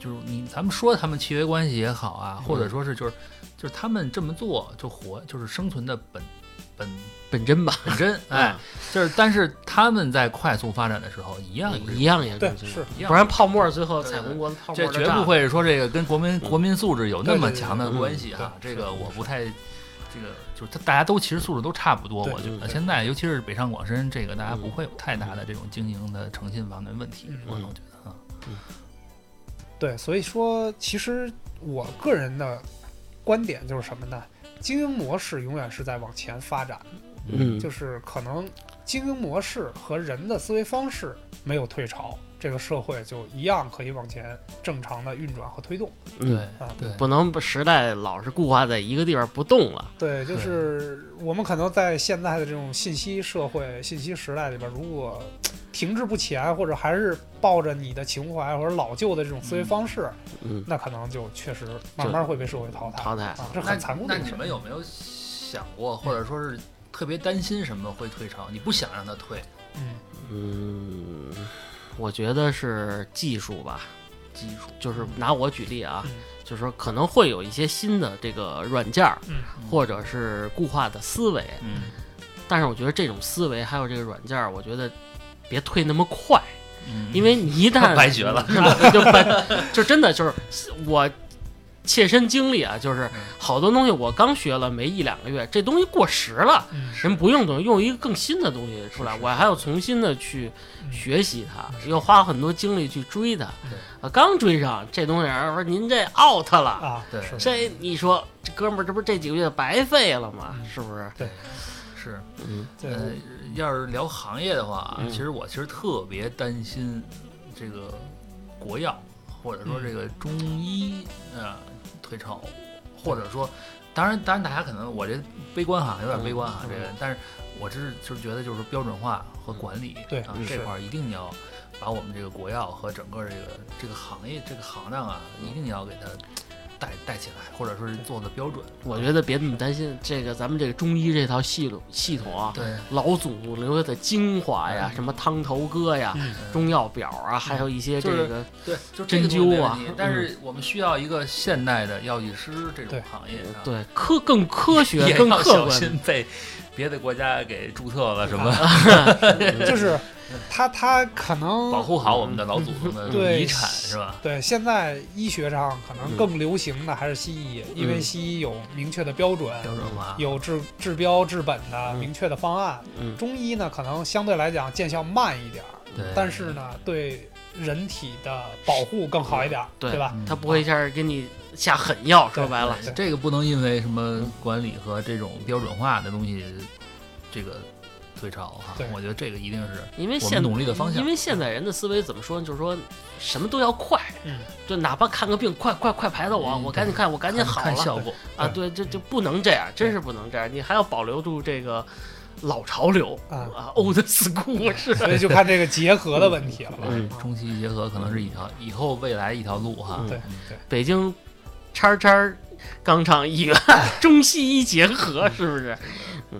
就是你咱们说他们契约关系也好啊，或嗯者说是就是就是他们这么做就活就是生存的本本本真吧，啊 本真，嗯哎，就是但是他们在快速发展的时候一样有这嗯，种一样也对更，新是，一样不然泡沫最后对彩虹国哦泡沫这就绝炸不了。会说这个跟国民嗯国民素质有那对么对对强的嗯关系啊，对这是个我不太。这个就是他，大家都其实素质都差不多，对我觉嗯得对现在尤其是北上广深，这个大家嗯不会有太大的这种经营的诚信方面的问题，嗯我总觉得啊，对，所以说，其实我个人的观点就是什么呢？经营模式永远是在往前发展，嗯，就是可能经营模式和人的思维方式没有退潮，这个社会就一样可以往前正常的运转和推动嗯对啊。对，不能把时代老是固化在一个地方不动了。对，就是我们可能在现在的这种信息社会、信息时代里边，如果停滞不前，或者还是抱着你的情怀或者老旧的这种思维方式，嗯，那可能就确实慢慢会被社会淘汰。淘汰啊，这很残酷的那。一个那你事儿们有没有想过，或者说是特别担心什么会退潮？你不想让它退，嗯嗯，我觉得是技术吧，技术就是拿我举例啊，嗯就是说可能会有一些新的这个软件儿，嗯或者是固化的思维，嗯但是我觉得这种思维还有这个软件儿，我觉得别退那么快，嗯因为你一旦 白学了，是吧？就白，就真的就是我切身经历啊，就是嗯好多东西我刚学了没一两个月，这东西过时了，嗯人不用东西，用一个更新的东西出来，是是我还要重新的去嗯学习它，又花很多精力去追它对。啊，刚追上这东西，然后说您这 out 了，啊，对是这你说这哥们儿这不是这几个月白费了吗？嗯是不是？是嗯对呃，要是聊行业的话，啊嗯其实我其实特别担心这个国药，或者说嗯这个中医呃退潮，或者说，当然当然大家可能我这悲观哈，有点悲观哈，嗯这个，但是我这是就是觉得就是标准化和管理对啊嗯这是块儿一定要。把嗯我们这个国药和整个这个这个行业这个行当啊，一定要给它带带起来，或者说是做的标准。我觉得别那么担心，这个咱们这个中医这套系统系统啊，对，老祖宗留下的精华嗯呀，什么汤头疙呀、嗯中药表啊，还有一些这就是个 对，就针这个东西灸啊没问题但是我们需要一个现代的药剂师这种对行业啊，呃对科更科学、也更要客小观。心被别的国家给注册了什么， 就是他他可能保护好我们的老祖宗的对遗产是吧？对，现在医学上可能更流行的还是西医，因为西医有明确的标准，标准化，有治治标治本的嗯明确的方案。嗯中医呢，可能相对来讲见效慢一点儿，对，但是呢，对人体的保护更好一点儿，对吧？嗯他不会一下给你下狠药，说对白了，对这个不能因为什么管理和这种标准化的东西，这个退潮哈对。我觉得这个一定是因为我现们努力的方向因为现在人的思维怎么说呢？就是说什么都要快，嗯，就哪怕看个病，快快快排到我，嗯我赶紧看，我赶紧看好看了效果。嗯啊！对，这就不能这样，真是不能这样，你还要保留住这个老潮流啊啊，old school 嗯是吧 所以就看这个结合的问题了。嗯啊中西结合可能是一条以后未来一条路哈。嗯对嗯对，北京叉叉钢厂医院哎中西医结嗯合，是不是？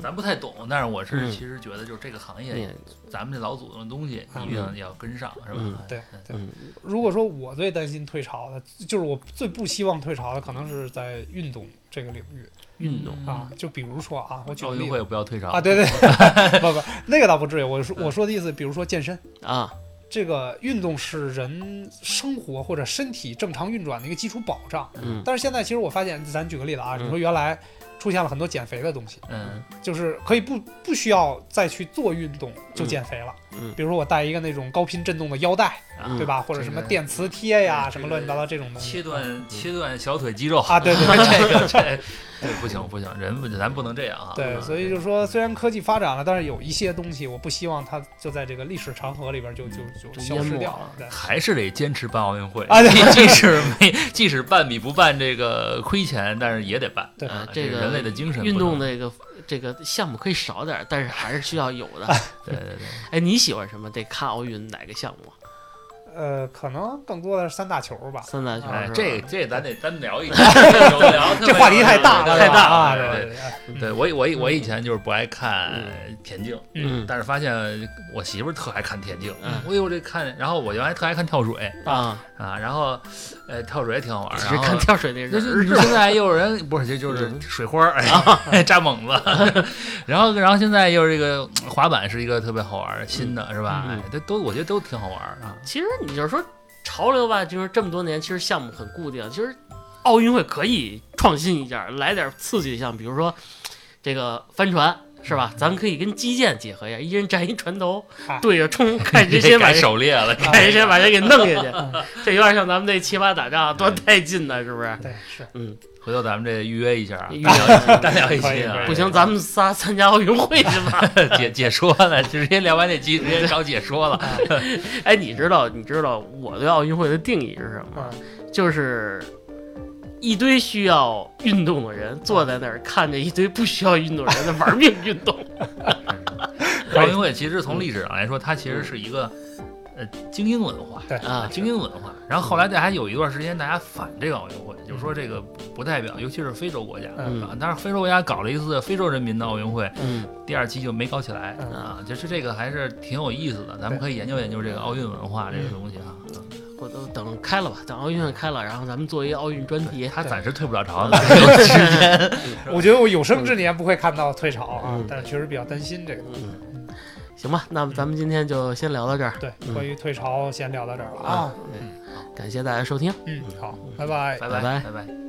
咱不太懂，但是我是嗯其实觉得就是这个行业，嗯咱们这老祖宗的东西嗯一定要跟上，是吧嗯？对嗯对如果说我最担心退潮的，就是我最不希望退潮的，可能是在运动这个领域运动啊。就比如说啊，我举嗯奥个例运子会不要退潮啊，对对，不不，那个倒不至于。我说我说的意思，比如说健身，啊，这个运动是人生活或者身体正常运转的一个基础保障。嗯但是现在其实我发现，咱举个例子啊，嗯你说原来出现了很多减肥的东西，嗯，就是可以不不需要再去做运动就减肥了。嗯比如说我带一个那种高频振动的腰带，嗯对吧？或者什么电磁贴呀，这个什么乱七八糟这种东西。切嗯断切断小腿肌肉啊，对对 这个这这不行不行，人不咱不能这样啊。嗯对，所以就说虽然科技发展了，但是有一些东西我不希望它就在这个历史长河里边就就就就消淹失没掉了对嗯还是得坚持办奥运会啊对即即使没即使办比不办这个亏钱，但是也得办。对啊啊，这这是个人类的精神不能，运动的这个这个项目可以少点儿，但是还是需要有 的。对对对，哎，你喜欢什么？得看奥运哪个项目啊？呃，可能更多的是三大球吧。三大球哎是，吧？这个这个咱得单聊 一聊，这话题太大了，了，太大啊！对对对。对，嗯对我以我以我以前就是不爱看田径，嗯但是发现我媳妇儿特爱看田径嗯，我有这看，然后我原来特爱看跳水啊，啊，然后呃跳水也挺好玩儿，只然是后看跳水那就人是儿你是吧？嗯啊现在又有人 不是就就是水花儿， 哎，扎猛子，然后然后现在又是这个滑板是一个特别好玩儿新的是吧？嗯哎，这都我觉得都挺好玩儿 啊。其实你就是说潮流吧，就是这么多年，其实项目很固定。其实奥运会可以创新一下，来点刺激项，比如说这个帆船。是吧？嗯咱们可以跟击剑结合一下，一人占一船头啊，对着冲，看谁这先把改 谁狩猎了，看谁先把谁给弄下 哎去。这有点像咱们那骑马打仗，多带劲呢，是不啊是？对是嗯，回头咱们这预约一下啊， 预料单聊一可以期啊可，以哎不行，咱们仨参加奥运会去吧。解解说了，直接聊完这期直接找解说了。哎，你知道你知道我对奥运会的定义是什么吗？啊，就是一堆需要运动的人坐在那儿看着一堆不需要运动的人在玩命运 动。奥运会其实从历史上来说，它其实是一个呃精英文化。对啊精英文化，然后后来大家有一段时间大家反这个奥运会，就是说这个不代表，尤其是非洲国家嗯啊。但是非洲国家搞了一次非洲人民的奥运会，嗯第二期就没搞起来嗯啊。就是这个还是挺有意思的，咱们可以研究研究这个奥运文化这个东西啊。我都等开了吧，等奥运会开了，然后咱们做一奥运专题。他暂时退不了潮，我觉得我有生之年不会看到退潮啊嗯，但是确实比较担心这个。嗯，行吧，那么咱们今天就先聊到这儿，对嗯，关于退潮先聊到这儿了啊啊。感谢大家收听，嗯，好，拜拜。拜拜拜拜拜。